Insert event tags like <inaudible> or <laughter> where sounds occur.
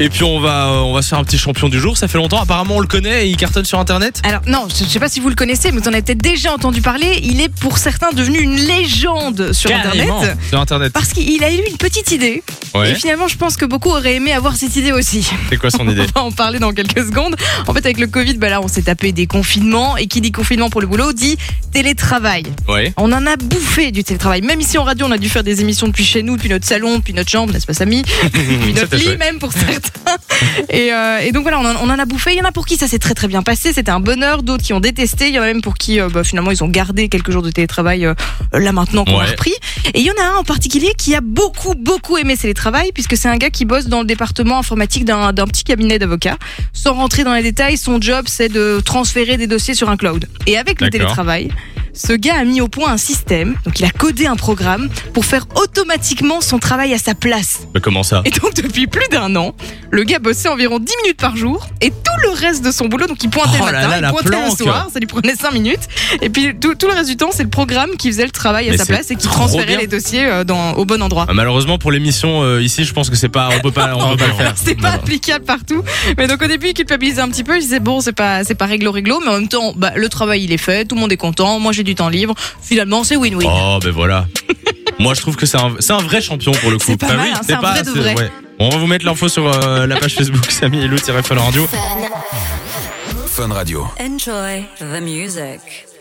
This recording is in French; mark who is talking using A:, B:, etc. A: Et puis on va, euh, on va se faire un petit champion du jour. Ça fait longtemps. Apparemment, on le connaît et il cartonne sur Internet.
B: Alors non, je ne sais pas si vous le connaissez, mais vous en avez peut-être déjà entendu parler. Il est pour certains devenu une légende sur
A: Carrément,
B: Internet.
A: Sur Internet.
B: Parce qu'il a eu une petite idée. Et
A: Ouais.
B: finalement, je pense que beaucoup auraient aimé avoir cette idée aussi. <laughs>
A: C'est quoi son idée
B: On va en parler dans quelques secondes. En fait, avec le Covid, bah là, on s'est tapé des confinements. Et qui dit confinement pour le boulot dit télétravail.
A: Ouais.
B: On en a bouffé du télétravail. Même ici en radio, on a dû faire des émissions depuis chez nous, depuis notre salon, depuis notre chambre, n'est-ce pas, Samy Puis
A: <laughs>
B: notre
A: C'était
B: lit
A: chouette.
B: même pour certains. Et, euh, et donc voilà, on en, on en a bouffé. Il y en a pour qui ça s'est très très bien passé, c'était un bonheur. D'autres qui ont détesté. Il y en a même pour qui euh, bah, finalement ils ont gardé quelques jours de télétravail euh, là maintenant qu'on a
A: Ouais.
B: repris. Et il y en a un en particulier qui a beaucoup beaucoup aimé télétravail puisque c'est un gars qui bosse dans le département informatique d'un d'un petit cabinet d'avocats. Sans rentrer dans les détails, son job c'est de transférer des dossiers sur un cloud. Et avec le
A: D'accord.
B: télétravail. Ce gars a mis au point un système, donc il a codé un programme pour faire automatiquement son travail à sa place.
A: Bah, comment ça
B: Et donc depuis plus d'un an, le gars bossait environ 10 minutes par jour et tout le reste de son boulot, donc il pointait
A: Oh
B: le
A: là
B: matin,
A: là,
B: il
A: la
B: pointait
A: planque.
B: le soir, ça lui prenait 5 minutes. Et puis tout, tout le reste du temps, c'est le programme qui faisait le travail à
A: Mais
B: sa
A: c'est
B: place et qui
A: trop
B: transférait
A: bien.
B: les dossiers euh, dans, au bon endroit.
A: Ah, Malheureusement pour l'émission euh, ici, je pense que c'est pas, on peut
B: <laughs>
A: pas, on peut pas le faire.
B: C'est pas applicable partout. Mais donc au début, il culpabilisait un petit peu. Il disait bon, c'est pas, c'est pas réglo réglo, mais en même temps, bah, le travail il est fait, tout le monde est content. Moi j'ai du temps libre. Finalement, c'est win-win.
A: Oh ben voilà. <laughs> Moi je trouve que c'est un, c'est un vrai champion pour le coup. Ah
B: C'est pas mal, hein, c'est un vrai de vrai.
A: ouais. Bon, on va vous mettre l'info sur euh, la page Facebook <laughs> Samy et Lou Radio.
C: Fun Radio.
D: Enjoy the music.